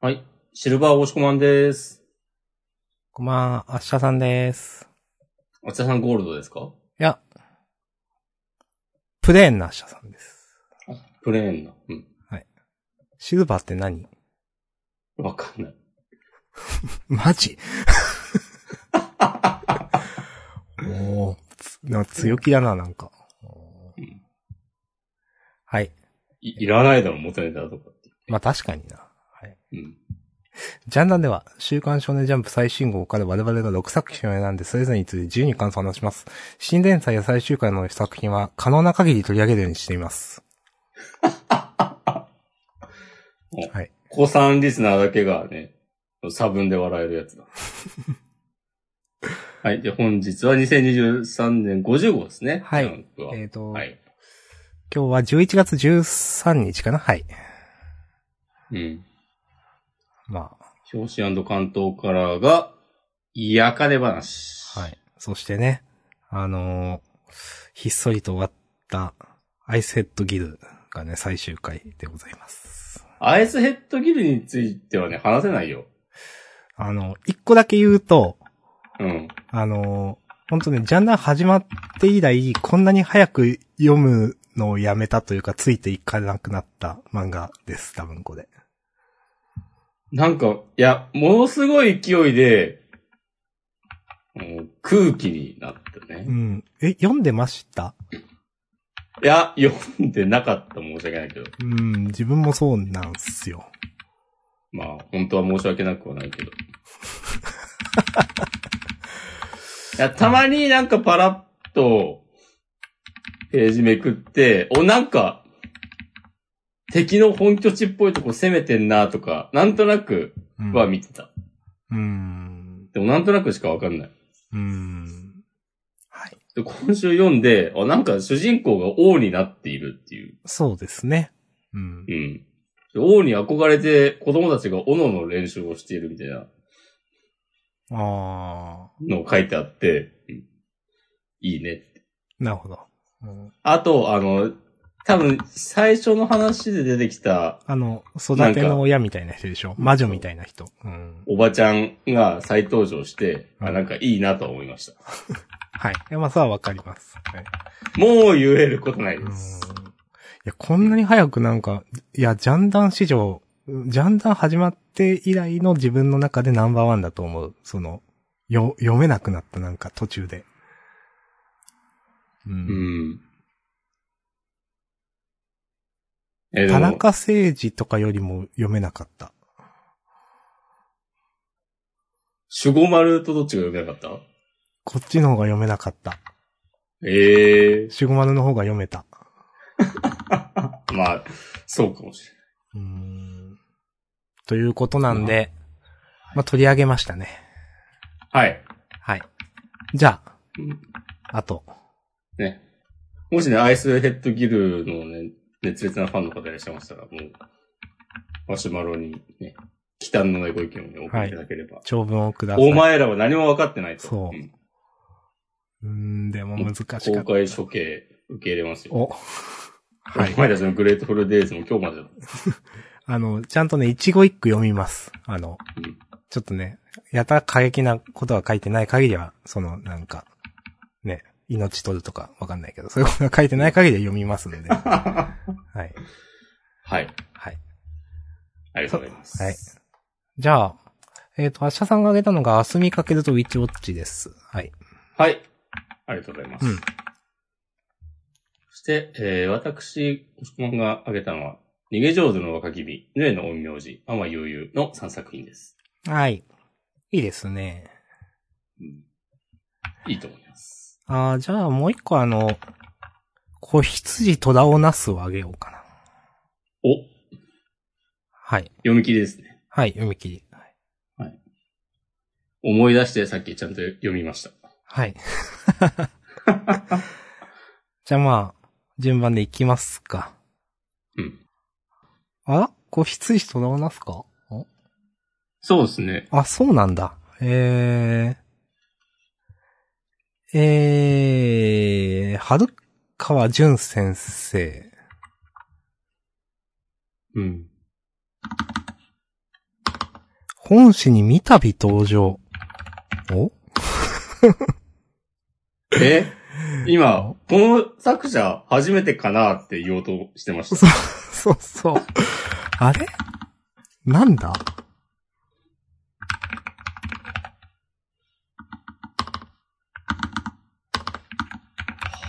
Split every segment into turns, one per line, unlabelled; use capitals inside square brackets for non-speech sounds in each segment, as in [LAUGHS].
はい。シルバー押し込まんです。
こんばんは、アッシャーさんです。
あつやさんゴールドですか
いや、プレーンなアッシャーさんです。
プレーンな。うん。
シルバーって何
わかんない。
マジおー、つなんか強気だな、なんか。
うん
はい。
いいらないだろ、元ネタとかって。
まあ確かにな。はい。
うん。
ジャンダンでは、週刊少年ジャンプ最新号から我々が6作品を選んで、それぞれについて自由に感想を話します。新連載や最終回の作品は、可能な限り取り上げるようにしてい [LAUGHS] ます。はい。
高3リスナーだけがね、差分で笑えるやつだ。 [LAUGHS] はい。で、本日は2023年50号ですね。
はい
ジャンプは。
えっ、と、
はい。
今日は11月13日かなはい。
うん。
ま
表紙関東からが、いやかね話。
あ、は。い。そしてね、あのーひっそりと終わった、アイスヘッドギルがね、最終回でございます。
アイスヘッドギルについてはね、話せないよ。
あの、一個だけ言うと、
うん。
あのー本当ね、ジャンダン始まって以来、こんなに早く読むのをやめたというか、ついていかなくなった漫画です、多分これ。
なんか、いや、ものすごい勢いで、うん空気になって
う
ね。
ん。え、読んでました
いや、読んでなかった、申し訳ないけど。
うん、自分もそうなんすよ。
まあ、本当は申し訳なくはない
[LAUGHS]
けど。いや、たまになんかパラッと、ページめくって、お、なんか、敵の本拠地っぽいとこ攻めてんなとか、なんとなく
うん。
は見てた。
うん。
でもなんとなくしかわかんない。
うん。はい。
で今週読んで、あ、なんか主人公が王になっているっていう。
そうですね。うん
う。ん。で王に憧れて子供たちが斧の練習をしているみたいな
あ
のを書いてあって、うんいいね
あ、なるほど。うん
あと、あの、多分、最初の話で出てきた
あの、育ての親みたいな人でしょ魔女みたいな人。うん。
おばちゃんが再登場して、
うん
あなんかいいなとは思いました。
はい。いやまあ、それはわかります。はい。
もう言えることないうで
ん。い
す。
や、こんなに早くなんか、いや、ジャンダン史上、ジャンダン始まって以来の自分の中でナンバーワンだと思う。その、よ、読めなくなったなんか途中で。う。
うんん。え、で
田
も、
中誠二とかよりも読めなかった。
守護丸とどっちが読めなかっ
こっちの方が読めなかった。
たええ
シュゴマルの方が読めた。
まあ、そうかもしれない。
うーんということなんで、まあ、取り上げましたね。
はい。
はい。じゃあ、
うん
あと。
ね。もしね、アイスヘッドギルのね、熱烈なファンの方いらっしゃいましたら、もう、マシュマロにね、忌憚のないご意見をね、お送りいただければ。
長文をください。
お前らは何も分かってないと。
そうんうーん、でも難しかった。
公開処刑受け入れますよ。
お。はい
お。前たちのグレートフルデイズも今日までだ。
あの、ちゃんとね、一語一句読みます。あの
うん、
ちょっとね、やたら過激なことは書いてない限りは、その、なんか、ね、命取るとかわかんないけど、そういうことが書いてない限りは読みますので。はい。
はい。
はい。
ありがとうございます。
はい。じゃあ、えっ、と、アッシャさんが挙げたのが、アスミかけるとウィッチウォッチです。はい。
はい。ありがとうございます。
うん
そして、えー、私、コシコマンが挙げたのは、逃げ上手の若君、ヌエの陰陽師、天悠々の3作品です。
はい。いいですね。
うんいいと思います。
あーじゃあもう一個あの、子羊虎をなすをあげようかな。
お、
はい。
読み切りですね。
はい、読み切り。はい
思い出してさっきちゃんと読みました。
はい。 [LAUGHS] じゃあまあ、順番でいきますか。
うん。
あら子羊虎をなすかお
そうですね。
あ、そうなんだ。えー、えー、春川淳先生。
うん。
本誌に三度登場。お
え
[LAUGHS]
今、この作者初めてかなって言おうとしてました。
そうそう。あれなんだ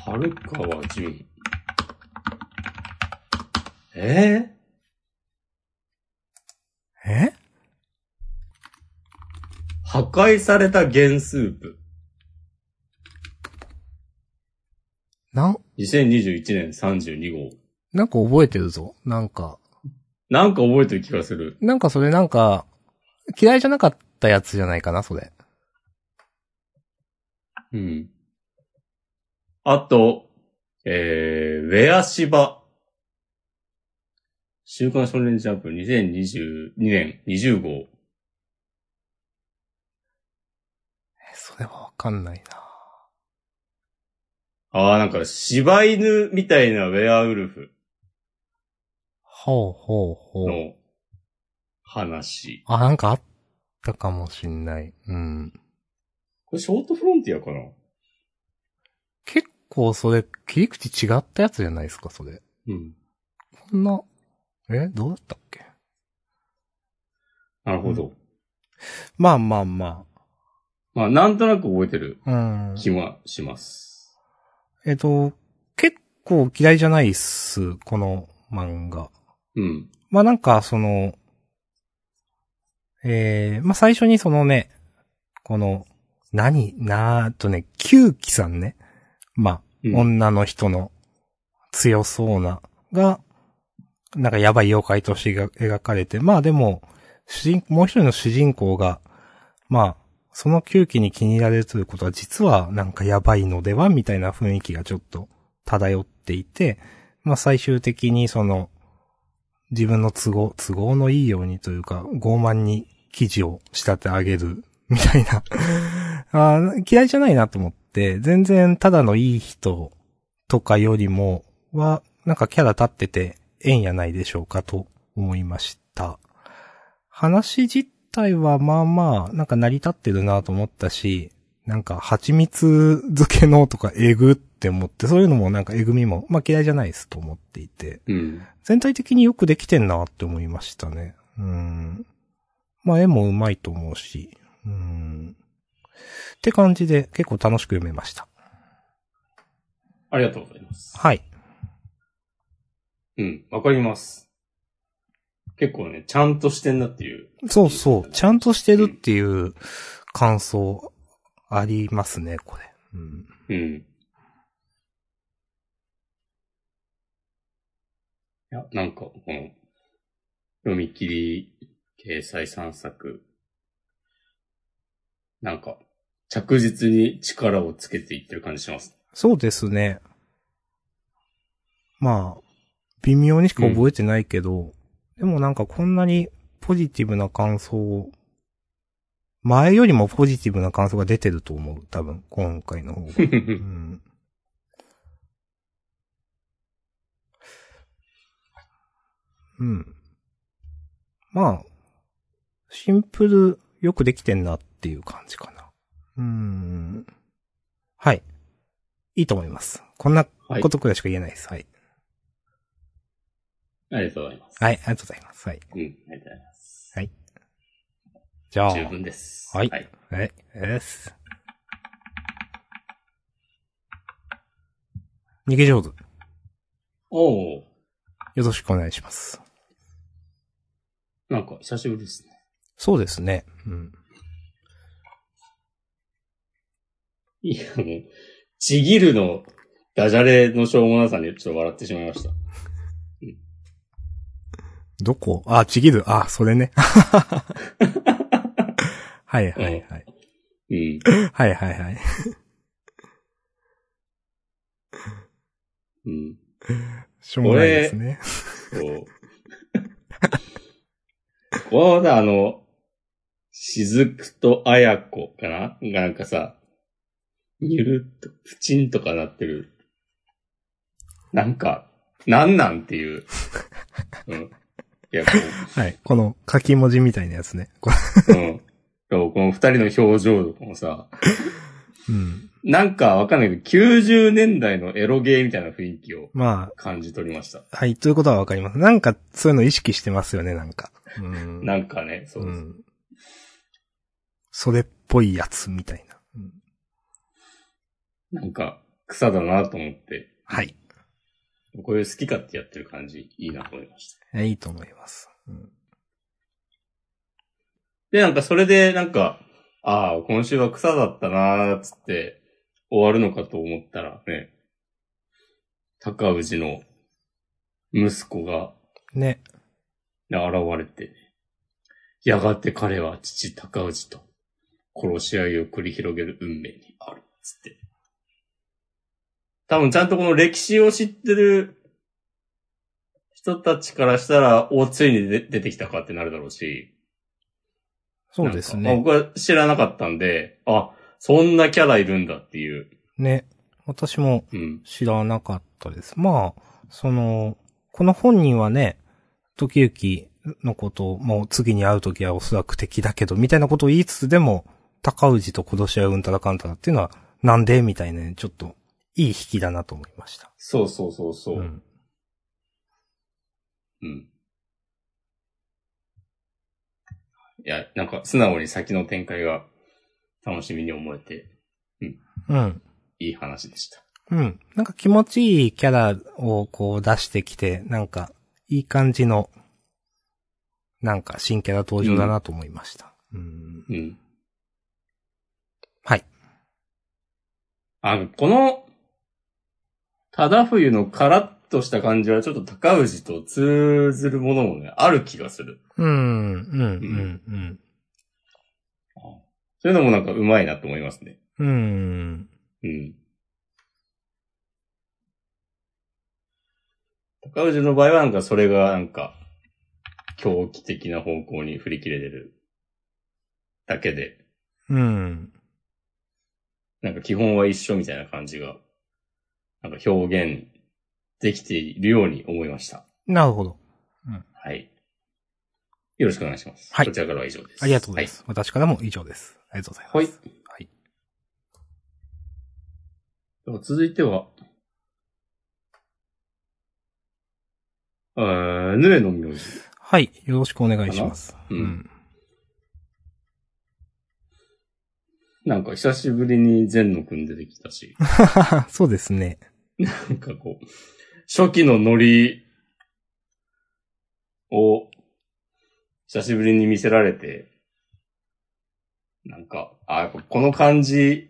春川淳。え
え
ー破壊された原スープ。
なん、
2021年32号。
なんか覚えてるぞ。なんか。
なんか覚えてる気がする。
なんかそれなんか、嫌いじゃなかったやつじゃないかな、それ。
うん。あと、えー、ウェアシバ。週刊少年ジャンプ2022年20号。
えそれはわかんないな。
ああ、なんか柴犬みたいなウェアウルフ
ほうほうほう。
の話。
あ、なんかあったかもしんない。うん。
これショートフロンティアかな
結構それ、切り口違ったやつじゃないですか、それ。
うん。
こんな、えどうだったっけ
なるほど。
まあまあま
まあ、なんとなく覚えてる
あ。うん。
気はします。
えっと、結構嫌いじゃないっす、この漫画。
うん。
まあなんか、その、えー、まあ最初にそのね、この、何、なーっとね、キュウキさんね。まあ、
うん
女の人の強そうな、が、なんかやばい妖怪としてが描かれて、まあでも、主人、もう一人の主人公が、まあ、その窮気に気に入られるということは実はなんかやばいのではみたいな雰囲気がちょっと漂っていて、まあ最終的にその、自分の都合、都合のいいようにというか、傲慢に記事を仕立て上げる、 [LAUGHS] みたいな。あー嫌いじゃないなと思って、全然ただのいい人とかよりもは、なんかキャラ立ってて縁やないでしょうかと思いました。話自体はまあまあ、なんか成り立ってるなと思ったし、なんか蜂蜜漬けのとかえぐって思って、そういうのもなんかえぐみも、まあ嫌いじゃないですと思っていて。
うん。
全体的によくできてんなって思いましたね。うん。まあ、絵もうまいと思うし。うん。って感じで結構楽しく読めました。
ありがとうございます。
はい。
うん。わかります。結構ね、ちゃんとしてんなっていう。
そうそう。ちゃんとしてるっていう感想ありますね、これ。うん。
うん。いや、なんか、この、読み切り、掲載散策。なんか、着実に力をつけていってる感じします。
そうですね。まあ、微妙にしか覚えてないけど、でもなんかこんなにポジティブな感想を、前よりもポジティブな感想が出てると思う。多分、今回の方が。うん。うん。まあ、シンプル、よくできてんなっていう感じかな。うん。はい。いいと思います。こんな
はい
ことくらいしか言えないです。はい。
ありがとうございます。
はい、ありがとうございます。はい。
うん、ありがとうございます。
じゃあ、
十分です。
はい
はい。
はい、です。逃げ上手。
おお
よろしくお願いします。
なんか、久しぶりですね。
そうですね。うん。
いや、もう、ちぎるの、ダジャレのしょうもなさにちょっと笑ってしまいました。
どこあ、ちぎる。あ、それね。 [LAUGHS] はいはいはい。
うん。
はいはいはい。
うん。
しょうもないですね。
そう。このさ、あの、しずくとあやこかながなんかさ、にゅるっと、プチンとかなってる。なんか、なんなんっていう。うん。いや、
はい。この書き文字みたいなやつね。こ
こううん。この二人の表情とかもさ、
ううん。
なんかわかんないけど、90年代のエロゲーみたいな雰囲気を
ま
感じ取りました。
あ、はい、ということはわかります。なんか、そういうの意識してますよね、なんか。うん。
なんかね、そう
う
です。
ん。それっぽいやつみたいな。うん
なんか、草だなと思って、
はい。
こういう好き勝手やってる感じ、いいなと思いました。
いやいいと思います。うん
で、なんかそれで、なんか、ああ、今週は草だったなーっつって、終わるのかと思ったらね、高氏の息子が
ね。
現れて、やがて彼は父高氏と殺し合いを繰り広げる運命にある、つって。多分ちゃんとこの歴史を知ってる人たちからしたら、お、ついに出出てきたかってなるだろうし、
そうです
なん
ね。
かまあ僕は知らなかったんで、あ、そんなキャラいるんだっていう。
ね。私も
うん。
知らなかったです。まあ、その、この本人はね、時々のことを、もう次に会う時はおそらく敵だけど、みたいなことを言いつつでも、高氏と殺し合ううんたらかんたらっていうのは、なんでみたいなね、ちょっと、いい引きだなと思いました。
そうそうそうそう。う。
うんん。
いや、なんか素直に先の展開が楽しみに思えて、
うん。
いい話でした。
うん。なんか気持ちいいキャラをこう出してきて、なんか、いい感じの、なんか新キャラ登場だなと思いました。うん。
うん。
はい。
あの、この、ただ冬のカラッとした感じはちょっと高氏と通ずるものもね、ある気がする。
うん、うん、うん、うん。
そういうのもなんかうまいなと思いますね。
うーん。
うん。高氏の場合はなんかそれがなんか、狂気的な方向に振り切れてるだけで、
うん。
なんか基本は一緒みたいな感じが、なんか表現できているように思いました。
なるほど。
はい。よろしくお願いします。
はい
こちらからは以上です。
ありがとうございます。私からも以上です。ありがとうございます。
はい
はい。
はい。では続いては、えー、ぬえの名字。
はい。よろしくお願いします。
うん。なんか久しぶりに善野くん出てきたし、
[LAUGHS] そうですね。
なんかこう、初期のノリを久しぶりに見せられて、なんか、あ、やっぱこの感じ、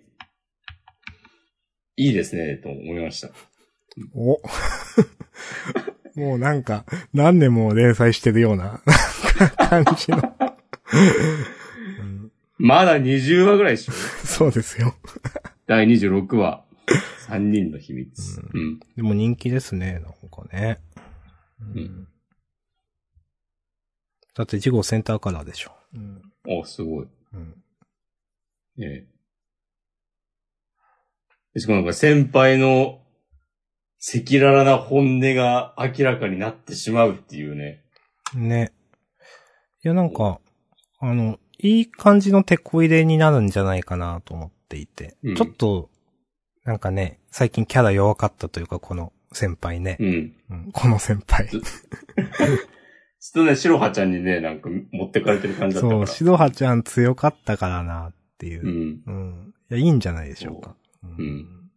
いいですね、と思いました。
お。もうなんか、何年も連載してるような、なんか感じの、うん
まだ20話ぐらいでしょ
そうですよ。
第26話、3人の秘密。
う
うん
でも人気ですね、なんかね。
うん
だって、事後センターカラーでしょ。うん。
お、すごい。
うん
ええ。しかもなんか先輩の赤裸々な本音が明らかになってしまうっていうね。
ね。いや、なんか、あの、いい感じの手こ入れになるんじゃないかなと思っていて。
うん
ちょっと、なんかね、最近キャラ弱かったというか、この先輩ね
う。ん。
うんこの先輩。
ちょっとね、白羽ちゃんにね、なんか持ってかれてる感じだったか
そう、
ら。
シドハちゃん強かったからなっていうう。
ん。
うん。いや、いいんじゃないでしょうか。うん
ん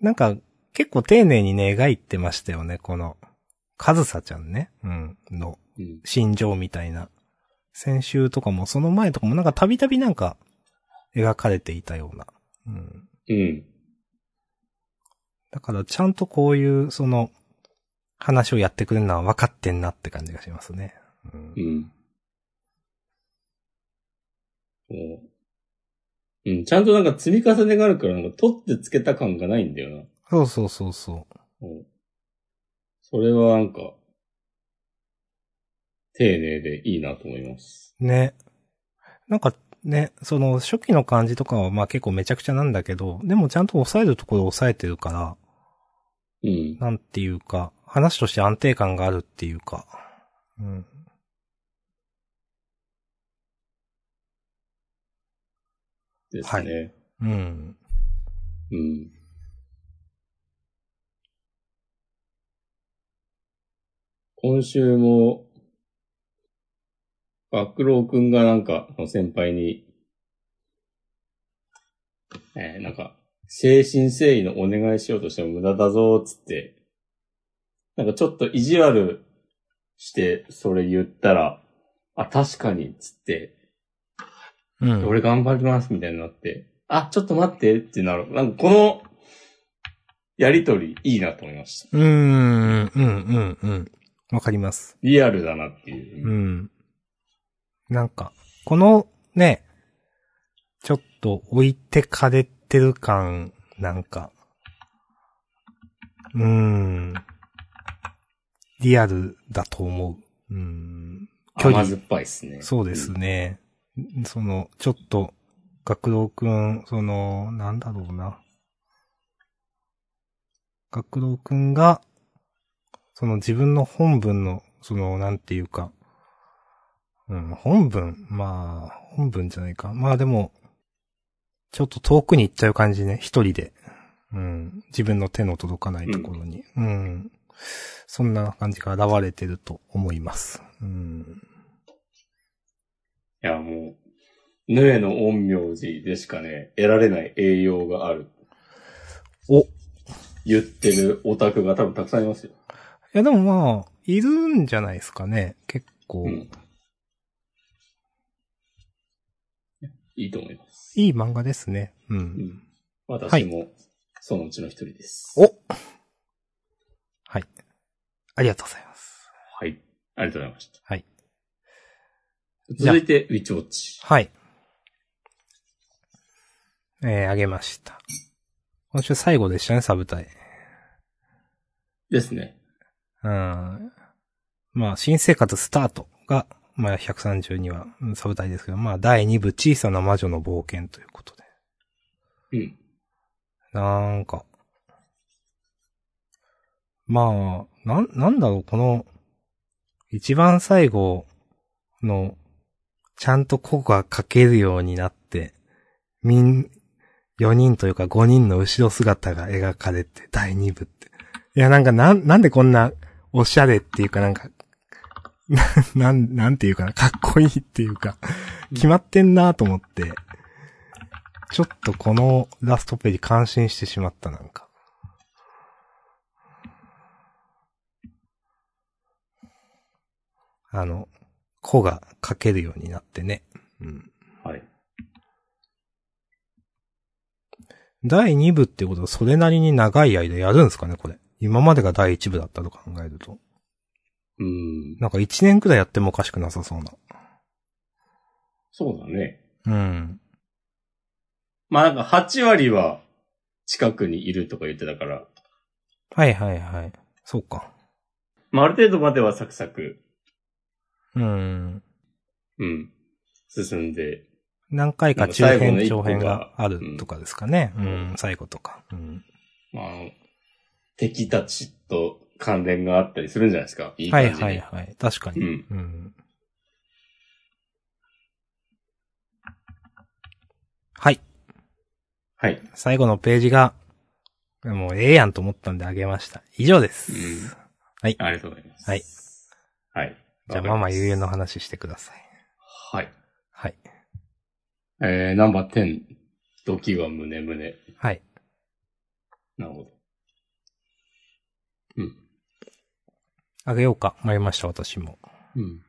なんか、結構丁寧にね、描いてましたよね、この、カズサちゃんね。うん。の
うん。
心情みたいな。先週とかもその前とかもなんかたびたびなんか描かれていたような。うん。
うん。
だからちゃんとこういうその話をやってくれるのは分かってんなって感じがしますね。うん
う。ん。そううん、ちゃんとなんか積み重ねがあるから、なんか取ってつけた感がないんだよな。
そうそうそうそう。
うんそれはなんか、丁寧でいいなと思います。
ね。なんかね、その初期の感じとかはまあ結構めちゃくちゃなんだけど、でもちゃんと抑えるところを抑えてるから、
うん。
なんていうか、話として安定感があるっていうか。うん。
ですね。
うん。
うん。今週も、学郎くんがなんか、その先輩に、えーなんか、精神誠意のお願いしようとしても無駄だぞ、つって、なんかちょっと意地悪して、それ言ったら、あ、確かに、つって、
うん。
俺頑張りますみたいになって、あ、ちょっと待ってってなる。なんかこの、やりとりいいなと思いました。
うーん、うん、うん、うん。わかります。
リアルだなっていうう。
ん。なんか、このね、ちょっと置いてかれてる感、なんか、うーん。リアルだと思う。うん。距離
甘酸っぱいですね。
そうですね。その、ちょっと、学童くん、その、なんだろうな。学童くんが、その自分の本文の、その、なんていうか、うん、本文、まあ、本文じゃないか。まあでも、ちょっと遠くに行っちゃう感じね、一人で。うん、自分の手の届かないところに。うん、そんな感じが現れてると思います。うん。
いや、もう、ヌエの陰陽師でしかね、得られない栄養がある。
お
言ってるオタクが多分たくさんいますよ。
いや、でもまあ、いるんじゃないですかね。結構、
うん。いいと思います。
いい漫画ですね。う。
うんん。私も、そのうちの一人です。
おはい。ありがとうございます。
はい。ありがとうございました。
はい。じゃあ
続いて、ウィッチウォッチ。
はい。えー、あげました。今週最後でしたね、サブタイ。
ですね。
うん。まあ、新生活スタートが、まあ、132話、うんサブタイですけど、まあ、第2部、小さな魔女の冒険ということで。
うん。
なんか。まあ、なん、なんだろう、この、一番最後の、ちゃんと個が書けるようになって、みん、4人というか5人の後ろ姿が描かれて、第2部って。いや、なんか、なん、なんでこんな、おしゃれっていうかなんか、 [LAUGHS] な、なん、なんていうかな、かっこいいっていうか、決まってんなと思って、ちょっとこのラストページ感心してしまった、なんか。あの、子が書けるようになってね。うん。
はい。
第2部ってことはそれなりに長い間やるんですかね、これ。今までが第1部だったと考えると。
うん。
なんか1年くらいやってもおかしくなさそうな。
そうだね。
うん。
まあなんか8割は近くにいるとか言ってたから、
はいはいはい。そうか。
まあある程度まではサクサク、
うん。
うん、進んで、
何回か中編、長編があるとかですかね。う
うん
ん、最後とか。うん。
まああの、敵たちと関連があったりするんじゃないですか。いい
は
感じ
い
に
はいはい。確か
う
に。
ん。
うん。はい。
はい。
最後のページが、もうええやんと思ったんであげました。以上で
う
す。
ん。
はい
ありがとうございます。
はい。
はい。
じゃあ、ママゆうゆう
な。
の話してください。
はい。
はい。
えー、ナンバー10、ドキは胸胸。
はい。
なるほど。うん。
あげようか。迷いました、私も。
うん。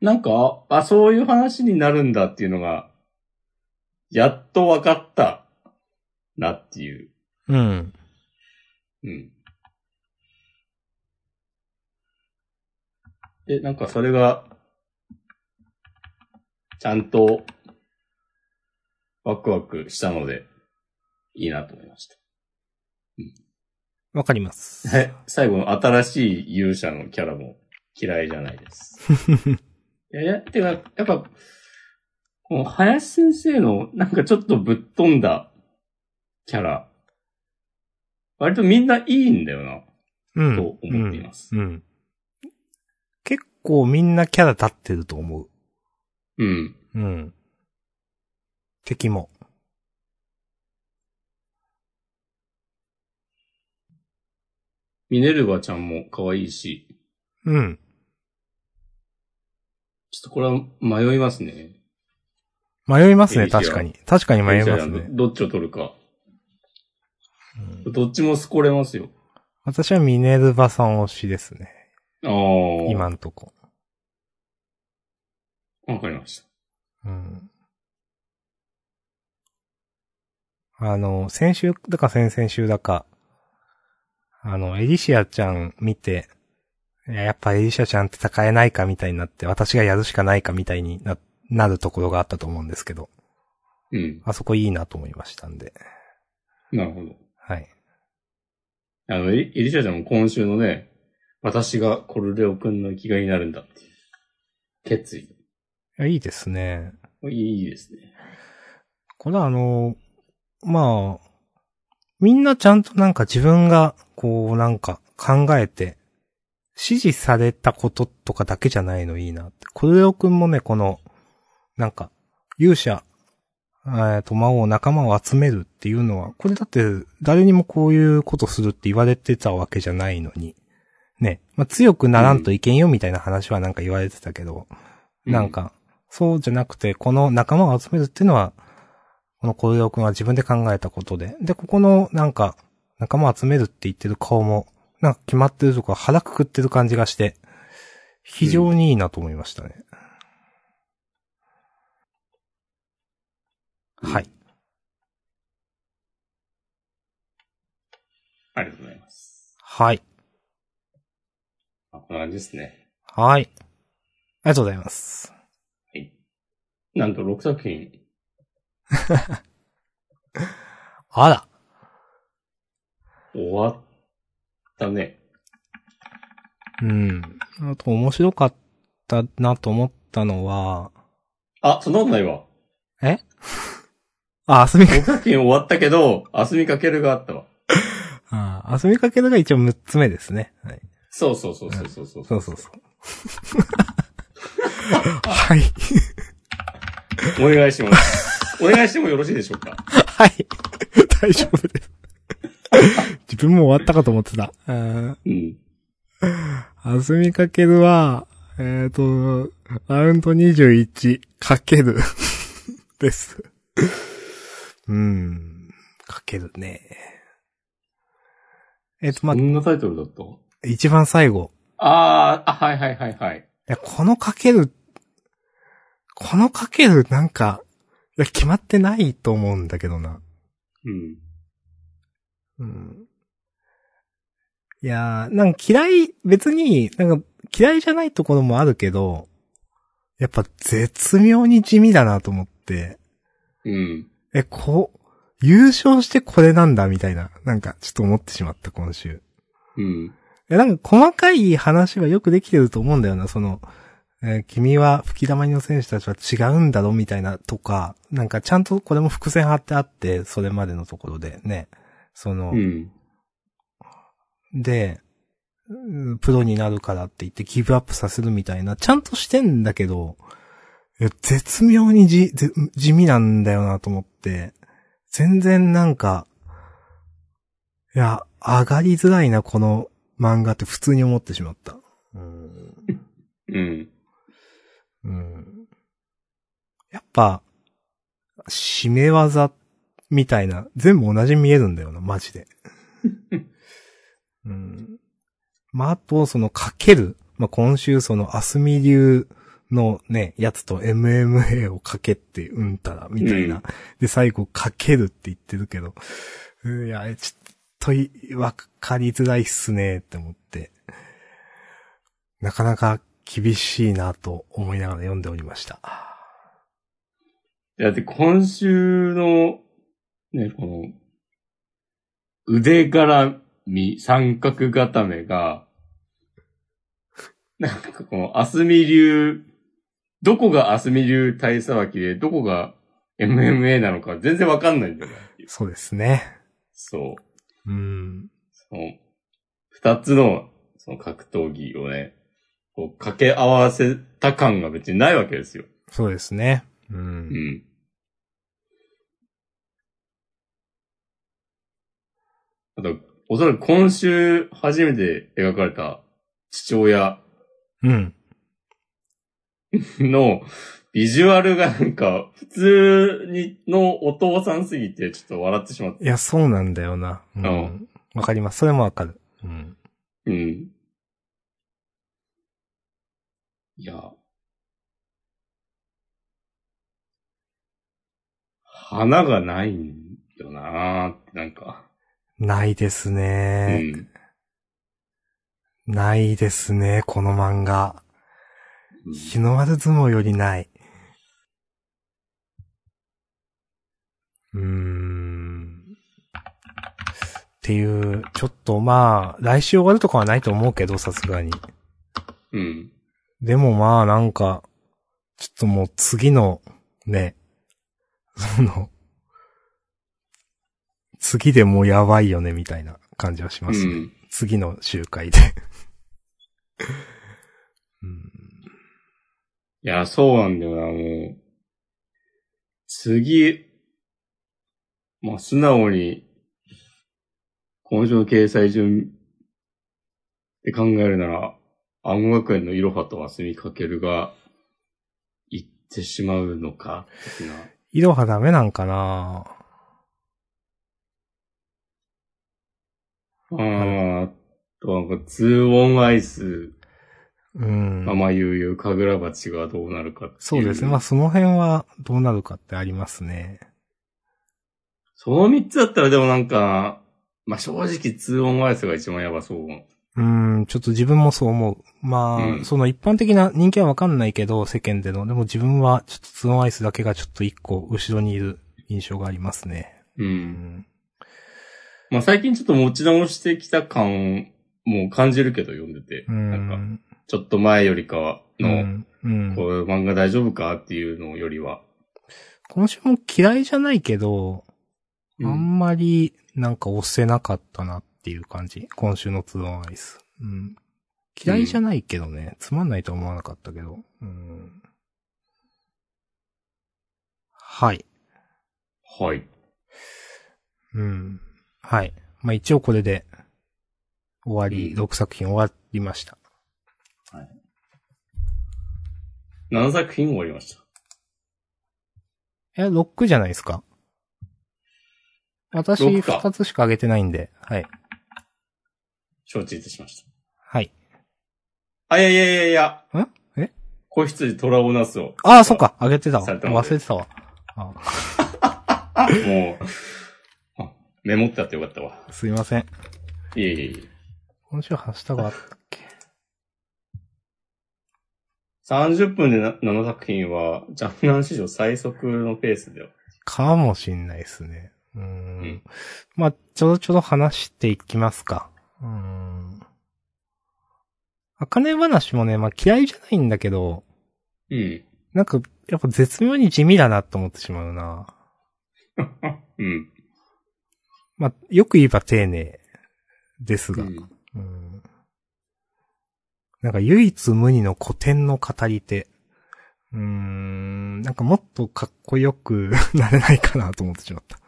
なんか、あ、そういう話になるんだっていうのが、やっと分かったなっていう。
うん。
うん。で、なんかそれが、ちゃんと、ワクワクしたので、いいなと思いました。
わかりま
[LAUGHS]
す。
はい。最後の新しい勇者のキャラも嫌いじゃない
[LAUGHS]
です。いや、いや、てか、やっぱ、この林先生のなんかちょっとぶっ飛んだキャラ、割とみんないいんだよな。
うん。
と思っています
うん。うん結構みんなキャラ立ってると思う。
うん。
うん。敵も。
ミネルヴァちゃんも可愛いし、
うん。
ちょっとこれは迷いますね。
迷います
エ
ね、
リシア
確かに。確かに迷いますね。
どっちを取るか。
うん
どっちもすこれますよ。
私はミネルヴァさん推しですね。
ああ。。
今んとこ。
わかりまし
うん。あの、先週だか先々週だか、あの、エリシアちゃん見て、いややっぱエリシアちゃんって戦えないかみたいになって、私がやるしかないかみたいにな、なるところがあったと思うんですけど、
た。うん。
あそこいいなと思いましたんで。
なるほど。
はい。
あの、エリエリシャちゃんも今週のね、私がコルレオくんの生きがいになるんだっていう。決意。
いやいいですね。
いいですね。
これはあの、まあ、みんなちゃんとなんか自分が、こうなんか考えて、指示されたこととかだけじゃないのいいなって。コルレオくんもね、この、なんか、勇者、えーと、魔王、仲間を集めるっていうのは、これだって、誰にもこういうことするって言われてたわけじゃないのに、ね、まあ、強くならんといけんよみたいな話はなんか言われてたけど、
うん
なんか、そうじゃなくて、この仲間を集めるっていうのは、この小遊君は自分で考えたことで。で、ここの、なんか、仲間集めるって言ってる顔も、なんか決まってるとか腹くくってる感じがして、非常にいいなと思いましたね。はい。
ありがとうございます。
はい。
あこんな感じですね。
はい。ありがとうございます。
なんと6作品。
あら。
終わったね。
うん。あと面白かったなと思ったのは、
あ、そんなことないわ。
え [LAUGHS] あ、あすみか
6作品終わったけど、明日見かけるがあったわ。
ああ、遊びかけるが一応6つ目ですね。はい。
そうそうそうそうそうそう。
そうそうそう。はい。
お願いします。お願いしてもよろしいでしょうか。
はい。大丈夫です。自分も終わったかと思ってた。うん
うん。
あずみかけるは、えっ、と、ラウンド21かける [LAUGHS] です。うん。かけるね。えっ、と、ま
こ
あ、
んなタイトルだった
一番最後。
あー、あ、はいはいはいはい。
いや、このかける、このかけるなんか、いや、決まってないと思うんだけどな。
うん。
うん。いやー、なんか嫌い、別に、なんか嫌いじゃないところもあるけど、やっぱ絶妙に地味だなと思って、
うん。
え、こう、優勝してこれなんだみたいな、なんかちょっと思ってしまった今週。
うん。
いや、なんか細かい話はよくできてると思うんだよな、その、えー君は吹き溜まりの選手たちは違うんだろみたいなとか、なんかちゃんとこれも伏線張ってあって、それまでのところでね、その、
うん。
で、うんプロになるからって言ってギブアップさせるみたいな、ちゃんとしてんだけど、いや絶妙にじ、ぜ地味なんだよなと思って、全然なんか、いや、上がりづらいな、この漫画って普通に思ってしまった。うん
うん。
うんやっぱ、締め技みたいな、全部同じに見えるんだよな、マ
[LAUGHS]
ジで。うん、まあ、あと、その、かける。まあ、今週、その、アスミ流のね、やつと MMA をかけって、うんたら、みたいな。
うん
で、最後、かけるって言ってるけど、うんいや、ちょっとい、わかりづらいっすね、って思って。なかなか厳しいなと思いながら読んでおりました。
だって今週の、ね、この、腕絡み三角固めが、 [LAUGHS] なんかこの、アスミ流、どこがアスミ流体さばきで、どこが MMA なのか全然わかんないんだよな。
そうですね。
そう。
うん。
その、二つの、その格闘技をね、こう、掛け合わせた感が別にないわけですよ。
そうですね。う。
うんん。あと、おそらく今週初めて描かれた父親
うん。
のビジュアルがなんか普通にのお父さんすぎてちょっと笑ってしまった。
いや、そうなんだよな。う
うんん。
わかります。それもわかる。うん。
うん。いや。花がないんだよなーってなんか。
ないです
う
ね。
ん。
ないですね、この漫画。日の丸相撲よりない。うーん。っていう、ちょっとまあ、来週終わるとかはないと思うけど、さすがに。
うん。
でもまあ、なんか、ちょっともう次の、ね、その、次でもうやばいよね、みたいな感じはし
う
ますね。
ん。
次の集会で。うん
いや、そうなんだよな、もう。次、まあ、素直に、今週の掲載順で考えるなら、暗号学園のいろはと明日みかけるが、行ってしまうのか、的な。
いろはダメなんかな
あーあとはなんか、ツーオンアイス、
うん。
ママ悠々、かぐら鉢がどうなるかっていう。
そうですね。まあ、その辺はどうなるかってありますね。
その三つだったらでもなんか、まあ、正直、ツーオンアイスが一番やばそう。
うん、ちょっと自分もそう思う。まあ、
うん
その一般的な人気はわかんないけど、世間での。でも自分はちょっとツノアイスだけがちょっと一個後ろにいる印象がありますね。
う。
うんん。
まあ最近ちょっと持ち直してきた感も感じるけど読んでて。
うん。
なんか、ちょっと前よりかは
う
の、
ん。うん
こういう漫画大丈夫かっていうのよりは。
今週も嫌いじゃないけど、
う
あ
ん。
んまりなんか押せなかったなっていう感じ。今週のツノアイス。うん。嫌いじゃないけどね。つまんないとは思わなかったけど。うん。はい。
はい。
うん。はい。まあ、一応これで、終わり、
うん
6作品終わりました。
7作品終わりました。
え、6じゃないですか私、
六か
2つしか上げてないんで。はい。
承知いたしまし
はい。
た。あ、いやいやいやいや。
んえ
子羊虎をなすを。
ああ、そっ。か、上げてたわ。
されたので
忘れてたわ。あ
あ、もう。 [LAUGHS] あメモってあってよかったわ。
すいません。
いえいえいえ。
今週ハッシュタグあったっけ
30分でな7作品は、ジャンナン史上最速のペースでは。
かもしんないですね。うーん
ん。
まあ、ちょろちょろ話していきますか。うーん。あかね話もね、まあ嫌いじゃないんだけど、
うん。
なんか、やっぱ絶妙に地味だなと思ってしまうな。
うん。
まあ、よく言えば丁寧です
う
が。
ん
うんなんか唯一無二の古典の語り手。うーん、なんかもっとかっこよくなれないかなと思ってしまった。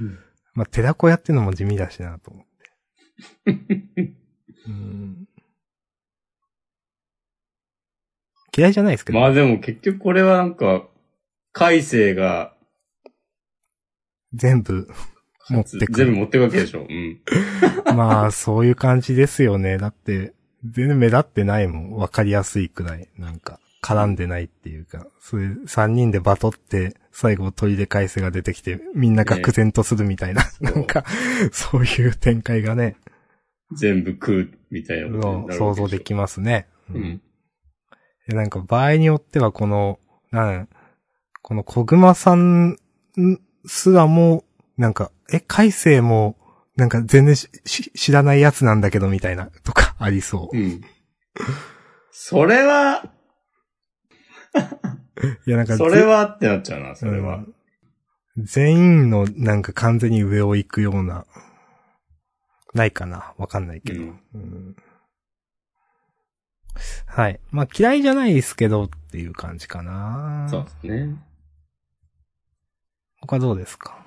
うん
まあ、寺子屋ってのも地味だしなと思
[LAUGHS]
って。うん嫌いじゃないですけど、
まあでも結局これはなんか、海星が、
全部持ってく
全部持ってくわけでしょ。うん。 [LAUGHS]
まあ、そういう感じですよね。だって、全然目立ってないもん。わかりやすいくらい。なんか、絡んでないっていうか、それ、三人でバトって、最後鳥で返せが出てきて、みんな愕然とするみたいな、
ね
なんか、そういう展開がね、
全部食う、みたいなことに
の
なる
想
わけ
像できますね。
う。ん。
でなんか、場合によっては、この、なん、この小熊さんすらも、なんか、え、海星も、なんか全然しし知らないやつなんだけど、みたいな、とか、ありそう。
うん。それは、
いや、なんか、
それはってなっちゃうな、そ
ぜ、
れは。
うん全員のなんか完全に上を行くようなないかなわかんないけど、
うん
うんはい。まあ嫌いじゃないですけどっていう感じかな。
そうですね。
他どうですか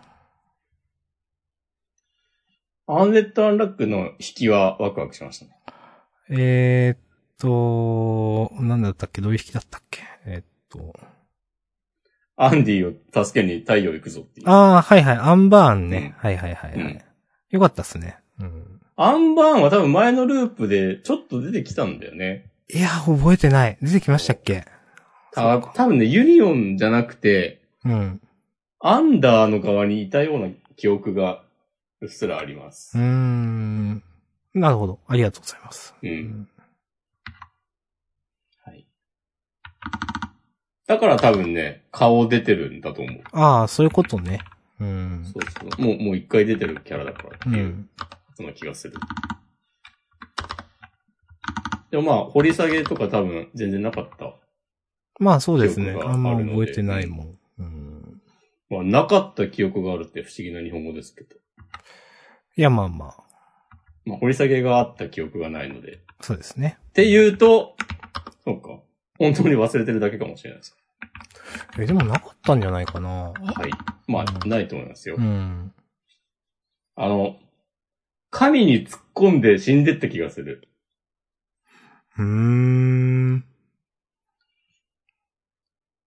アンデッド・アンラックの引きはワクワクしましたね。
えー、っと、なんだったっけどういう引きだったっけえーっと、
アンディを助けに太陽行くぞっていう。
ああ、はいはい、アンバーンね。
う
はいはいはいはい。
うん
よかったっすね。うん。
アンバーンは多分前のループでちょっと出てきたんだよね。
いや、覚えてない。出てきましたっけ
た多分ね、ユニオンじゃなくて、
うん。
アンダーの側にいたような記憶がうっすらありま
うー
す。
ん。なるほど。ありがとうございます。
う。
うんん
はい。だから多分ね、顔出てるんだと思う。
ああ、そういうことね。うん。
そうそう。もう、もう一回出てるキャラだからって
う
いう。
ん。
その気がする。でもまあ、掘り下げとか多分全然なかった。
まあそうです
記
ね。
憶が
あんま
あるので
覚えてないもん。うん。
まあ、なかった記憶があるって不思議な日本語ですけど。
いや、まあまあ。
まあ、掘り下げがあった記憶がないので。っ
そうですね。
ていうと、そうか。本当に忘れてるだけかもしれないです。
え、でもなかったんじゃないかな。
はい。まあ、ないと思いますよ。
うん。
あの、神に突っ込んで死んでった気がする。
うーん。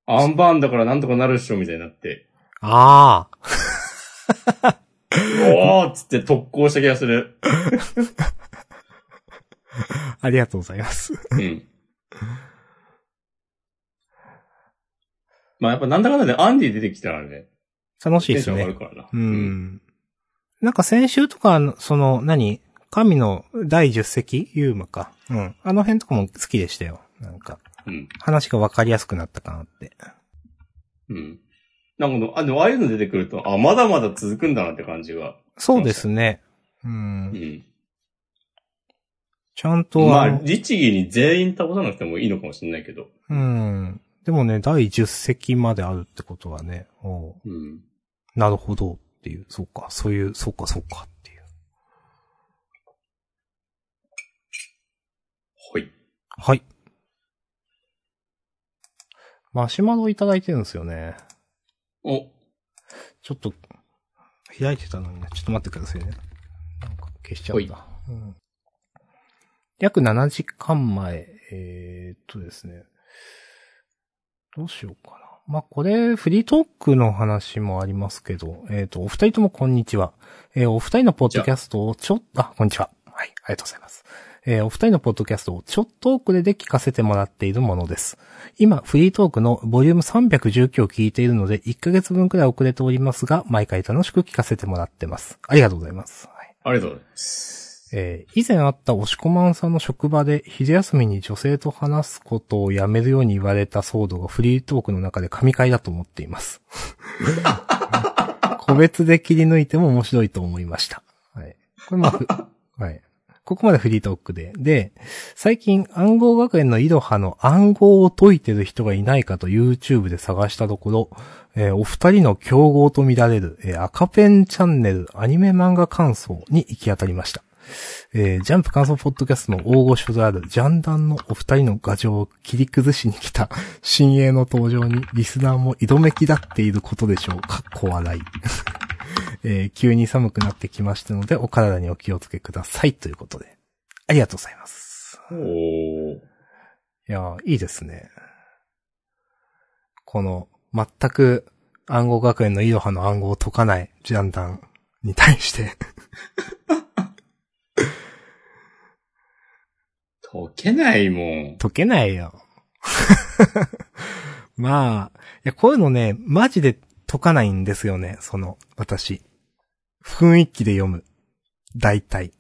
アンバーンだからなんとかなるっしょみたいになって、
ああ。
おーっつって特攻した気がする。
ありがとうござ
[LAUGHS]
います。
うん。まあやっぱなんだかんだでアンディ出てきたらね、
楽し
テ
いで
ンシ
す
ョン上が
ね
る。からな。
う。ん。なんか先週とか、その、何神の第10隻ユーマか。うん。あの辺とかも好きでしたよ。なんか、
うん。
話がわかりやすくなったかなって。
うん。なんかこのあ、でもああいうの出てくると、あ、まだまだ続くんだなって感じが。
そうですね。う。
うんん。
ちゃんと、
ま
あ
あ、
の
律儀に全員倒さなくてもいいのかもしれないけど。
うん。でもね、第10隻まであるってことはね、おう
うん。
なるほどっていう、そうか、そういう、そうか、そうかっていう。
はい。
はい。マシュマロいただいてるんですよね。
お、
ちょっと、開いてたのにね、ちょっと待ってくださいね。なんか消しちゃ
ほ
っ
い
た。うん、約7時間前、えー、っとですね。どうしようかな。まあ、これ、フリートークの話もありますけど、えーっと、お二人ともこんにちは。えーお二人のポッドキャストをちょっと、あ、こんにちは。はい、ありがとうございます。えーお二人のポッドキャストをちょっと遅れで聞かせてもらっているものです。今、フリートークのボリューム319を聞いているので、1ヶ月分くらい遅れておりますが、毎回楽しく聞かせてもらってます。ありがとうございます。はい
ありがとうございます。
えー以前あった押し込まんさんの職場で、昼休みに女性と話すことをやめるように言われた騒動がフリートークの中で神回だと思っています。個別で切り抜いても面白いと思いました。はい。これまあふ、はい。ここまでフリートークで。で、最近暗号学園のイロハの暗号を解いてる人がいないかと YouTube で探したところ、えーお二人の競合と見られる、えー赤ペンチャンネルアニメ漫画感想に行き当たりました。えージャンプ感想ポッドキャストの大御所であるジャンダンのお二人の画像を切り崩しに来た [LAUGHS] 新鋭の登場にリスナーも挑めきだっていることでしょう。かっこ笑い。 [LAUGHS] えー急に寒くなってきましたので、お体にお気をつけください。ということで。ありがとうございます。
おー。
いやー、いいですね。この、全く暗号学園のイロハの暗号を解かないジャンダンに対して、
解けないもん。
解けないよ。 [LAUGHS] まあ、いや、こういうのね、マジで解かないんですよね、その、私。雰囲気で読む。大体。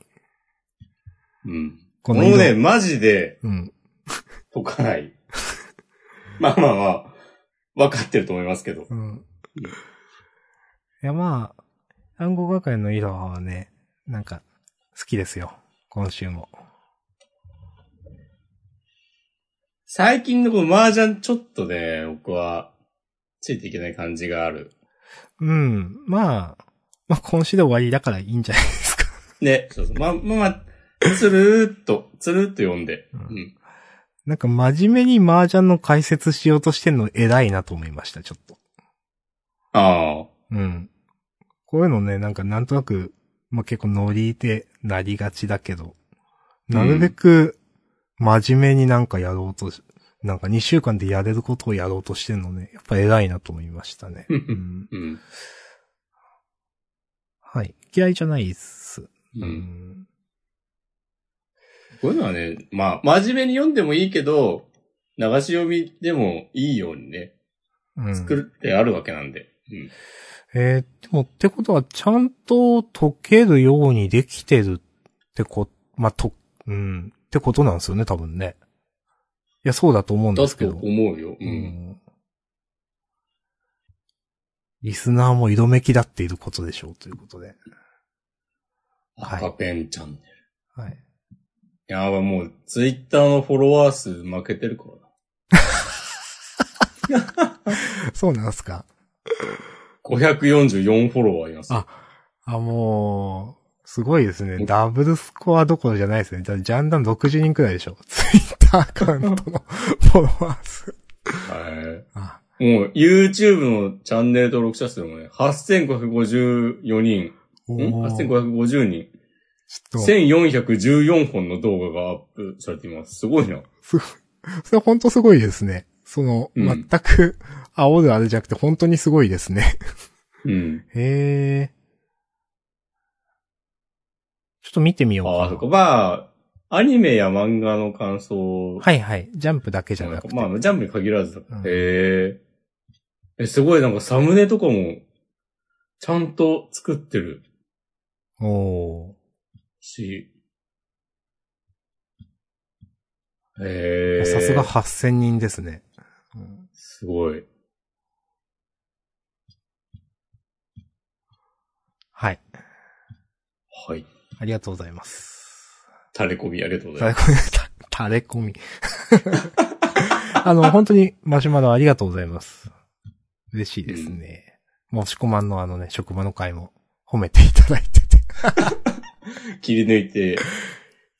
うん。
こ
もうね、
色
マジで、
うん。
解かない。 [LAUGHS] まあまあまあ、分かってると思いますけど。
うん。いや、まあ、暗号学園のイロハはね、なんか、好きですよ。今週も。
最近のこの麻雀ちょっとね、僕は、ついていけない感じがある。
うん。まあ、まあ今週で終わりだからいいんじゃないですか。
ね、そうそう。ま、ま、ま、つるーっと、つるーっと読んで。
うん
うん。
なんか真面目に麻雀の解説しようとしてんの偉いなと思いました、ちょっと。
ああ。 [LAUGHS]
うん。こういうのね、なんかなんとなく、まあ、結構ノリでなりがちだけど、なるべく真面目になんかやろうとし、なんか2週間でやれることをやろうとしてんのね、やっぱ偉いなと思いましたね。うん
うん。
はい。嫌いじゃないっす。
う。
うんん。
こういうのはね、まあ、真面目に読んでもいいけど、流し読みでもいいようにね、
うん、
作ってあるわけなんで。うん。
えー、でもってことは、ちゃんと解けるようにできてるってこ、まあ、と、うん、ってことなんですよね、多分ね。いや、そうだと思うんで
だ
すけ
と
ど。
思うよ。う。
うんん。リスナーも色めきだっていることでしょう、ということで。はい
赤ペンちゃんね。
はい。
いやばい、もう、ツイッターのフォロワー数負けてるからな。
そうなんですか。
544フォロワーいます。
ああ、もう、すごいです
う
ね。
ん
ダブルスコアどころじゃないですね。だジャンダン60人くらいでしょ。 [LAUGHS] ツイッターアカウントのフォロワー数。
は
あ、
い。もう、YouTube のチャンネル登録者数もね、8554人、
お
ん
ーちょっ
?8550 人、
と、そ
1414本の動画がアップされています。すごいな。
れは本当すごいですね。その、
うん
全く、煽るあれじゃなくて本当にすごいですね。
うん。
へえ。ちょっと見てみよう
ああ、そっ
か
か。まあ、アニメや漫画の感想。
な。はいはい。ジャンプだけじゃなくて。
まあ、ジャンプに限らずだ。
うん
へえ。え、すごい、なんかサムネとかも、ちゃんと作ってる
お
し。へ
ー
え。
さすが。8000人ですね。うん
すごい。
はい。
はい。
ありがとうございます。
垂れ込みありがとうご
垂
ざい
れ
ます。
込み、垂れ込み。 [LAUGHS] あの、本当にマシュマロありがとうございます。嬉しいですね。もしこまんのあのね、職場の会も褒めていただいてて。 [LAUGHS]
切り抜いて、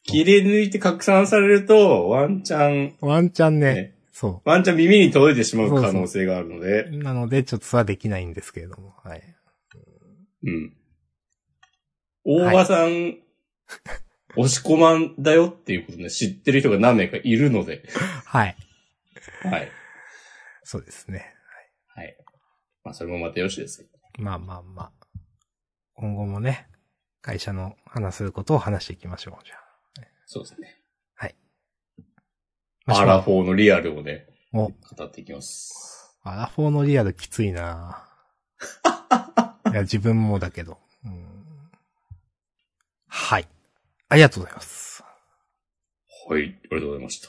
切り抜いて拡散されると、ワンチャン、
ワンチャンね、
ね
そ
ワンチャン耳に届いてしまう可能性があるので、
う。なので、ちょっとそれはできないんですけれども。はい。
うん。大場さん、押し込まんだよっていうことね、知ってる人が何名かいるので、
はい。
はい。
そうですね。
はい。まあ、それもまたよしですよ。
まあまあまあ。今後もね、会社の話することを話していきましょう。じゃ
そうですね。
あ。
アラフォーのリアルをね、
お
語っていきます。
アラフォーのリアルきつ
[LAUGHS]
いないや、自分もだけど、うんはい。ありがとうございます。
はい。ありがとうございました。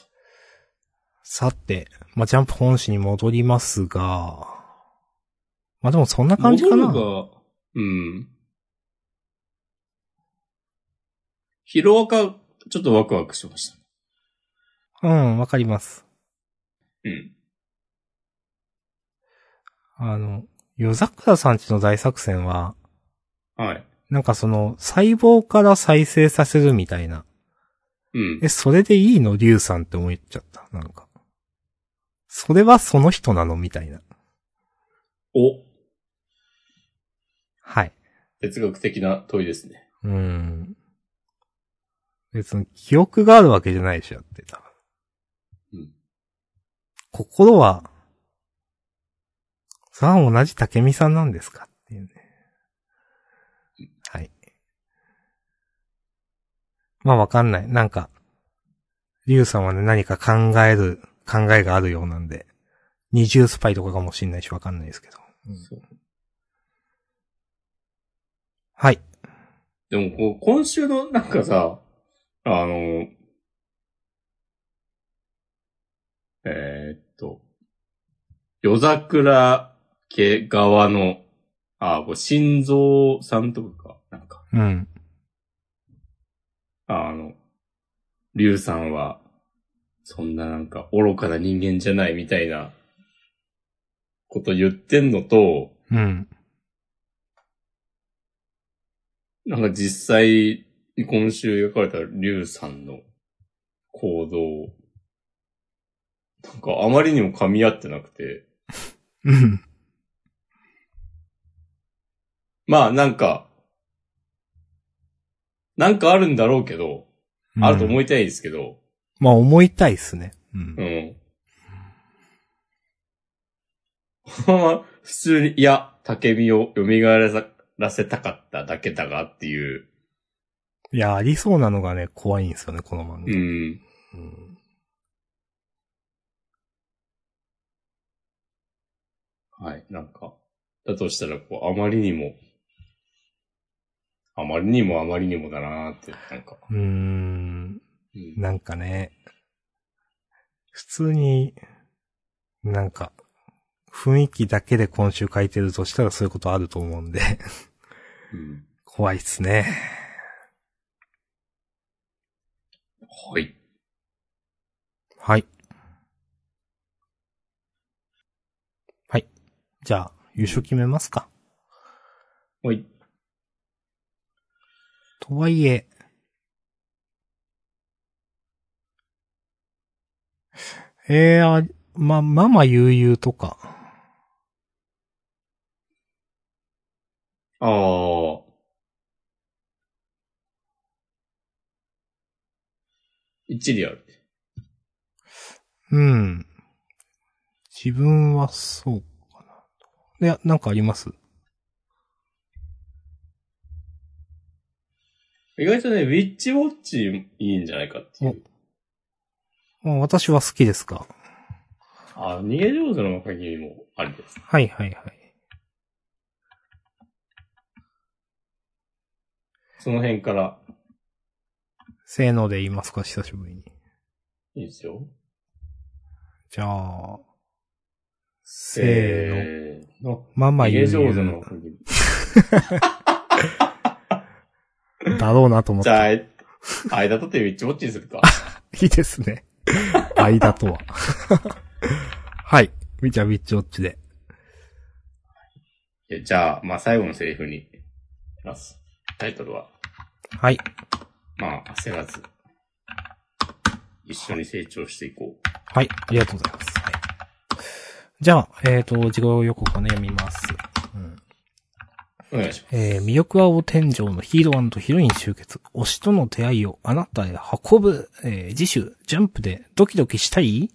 さて、まあ、ジャンプ本誌に戻りますが、まあ、でもそんな感じかな。
戻るが、うん。ヒロアカ、ちょっとワクワクしました。
うん、わかります。
うん。
あの、夜桜さんちの大作戦は、
はい。
なんかその、細胞から再生させるみたいな。
うん
え、。それでいいのリュウさんって思っちゃった。なんか。それはその人なのみたいな。
お、
はい。
哲学的な問いですね。
うーん。別に記憶があるわけじゃないでしょ、だって多分。
うん
心は、さあ同じ竹見さんなんですかっていうね。はい。まあわかんない。なんか、リュウさんはね、何か考える、考えがあるようなんで、二重スパイとかかもしんないしわかんないですけど。
そう
はい。
でもこう、今週のなんかさ、あの、えーっと、夜桜家側の、あ、これ、心臓さんとかか、なんか、
うん。
あの、竜さんは、そんななんか愚かな人間じゃないみたいな、こと言ってんのと、
うん。
なんか実際、今週描かれた竜さんの行動、なんかあまりにも噛み合ってなくて、
うん。
まあなんか、なんかあるんだろうけど、あると思
い、
いたいですけど、
まあ思いたいっすね。う。
うんん。このまま普通に、いや、竹見を蘇らさらせたかっただけだがっていう、
いや、ありそうなのがね、怖いんですよね、この漫
う
画。
ん。
うん
はい、なんか。だとしたら、こう、あまりにも、あまりにもあまりにもだなーって、なんか。
うーん。
うん
なんかね、普通に、なんか、雰囲気だけで今週書いてるとしたらそういうことあると思うんで、 [LAUGHS]
うん
怖いっすね。
はい。
はい。はい。じゃあ、優勝決めますか。
はい。
とはいえ、えー、あ、ま、ママ悠々とか。
あー。一理ある。
うん。自分はそうかな。いや、なんかあります
意外とね、ウィッチウォッチいいんじゃないかっていう。
あ私は好きですか。
あー、逃げ上手の限りもありです。
はいはいはい。
その辺から、
せーので言いますか、久しぶりに。
いいですよ。
じゃあ、せーの。
せーの。
ママ
逃げ
言
上手の
う
限り。
だろうなと思っ
じゃ
た。
あ
い、
間取ってウィッチウォッチにするか。 [LAUGHS]
いですね。間とは。はい。じゃあ、ビッチウォッチで。
えじゃあ、まあ、最後のセリフに行きます。タイトルは、
はい。
まあ、焦らず、一緒に成長していこう。
はい、ありがとうございます。はい、じゃあ、えっ、と、自己予告をね、読みます。うん
お願いしま
えー、魅力は青天井のヒーローヒロイン集結。推しとの出会いをあなたへ運ぶ、えー、次週、ジャンプでドキドキしたい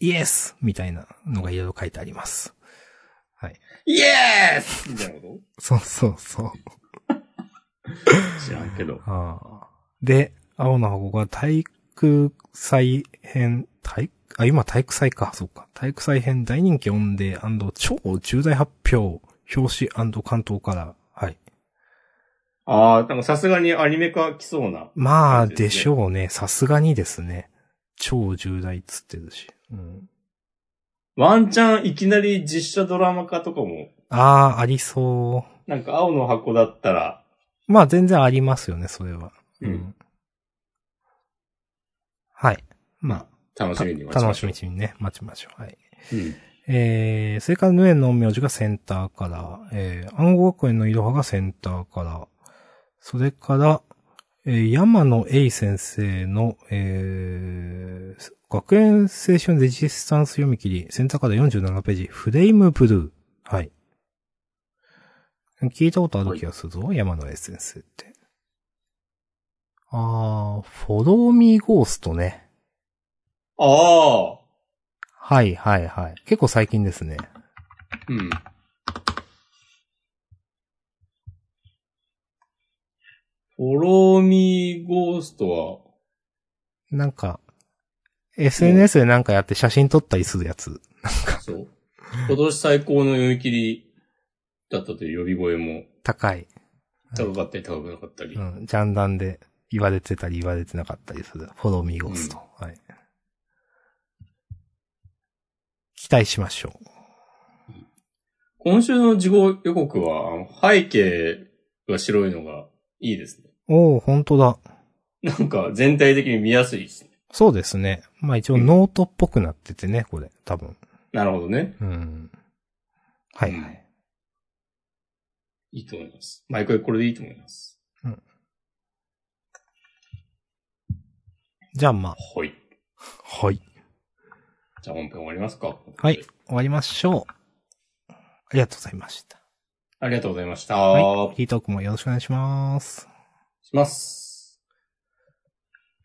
イエスみたいなのがいろいろ書いてあります。
す。イエースみたいなこ
そうそうそう。
と知らんけど。
ああで、青の箱が体育祭編、体育、あ、今体育祭か、そうか。体育祭編大人気オンデー超重大発表、表紙関東から。はい。
ああ、なんかさすがにアニメ化来そうな。
ま
そ
あ、
うですね
でしょうね。さすがにですね。超重大っつってるし。うん。
ワンチャンいきなり実写ドラマ化とかも、
ああ、ありそ
なんか青の箱だったら、
う。まあ、全然ありますよね、それは。
うん。
はい。ま
楽
あ、
しみに待ちま
楽
し
し
ょう。
みにね、待ちましょう。はい。
み。うん。
えー、それからヌエンの名字がセンターから、えー、暗号学園のイロハがセンターから、それから、えー、山野エイ先生の、えー、学園青春レジスタンス読み切り、センターから47ページ、フレイムブルー。はい。聞いたことある気がするぞ、山野エイ先生って。あー、フォローミーゴーストね。
ああ、
はいはいはい。結構最近ですね。
うん。フォローミーゴーストは、
なんか、SNS でなんかやって写真撮ったりするやつ。
[LAUGHS] そう。今年最高の読み切りだったという呼び声も
高い。
高かったり高くなかったり。
うん。ジャンダンで言われてたり言われてなかったりする。フォローミーゴースト。はい。期待しましょ
今週の事後予告は、あの背景が白いのがいいですね。
う。おお本当だ。
なんか全体的に見やすいですね。
そうですね。まあ一応
うん
ノートっぽくなっててね、これ。多分。
なるほどね。
うん。はいはい。
いいと思います。毎回これでいいと思います。
じゃあまあ、
ほい。
はい。
じゃあ本編終わりますか。
はい。。終わりましょう。ありがとうございました。
ありがとうございました。
はい。ヒートークもよろしくお願いします。
します。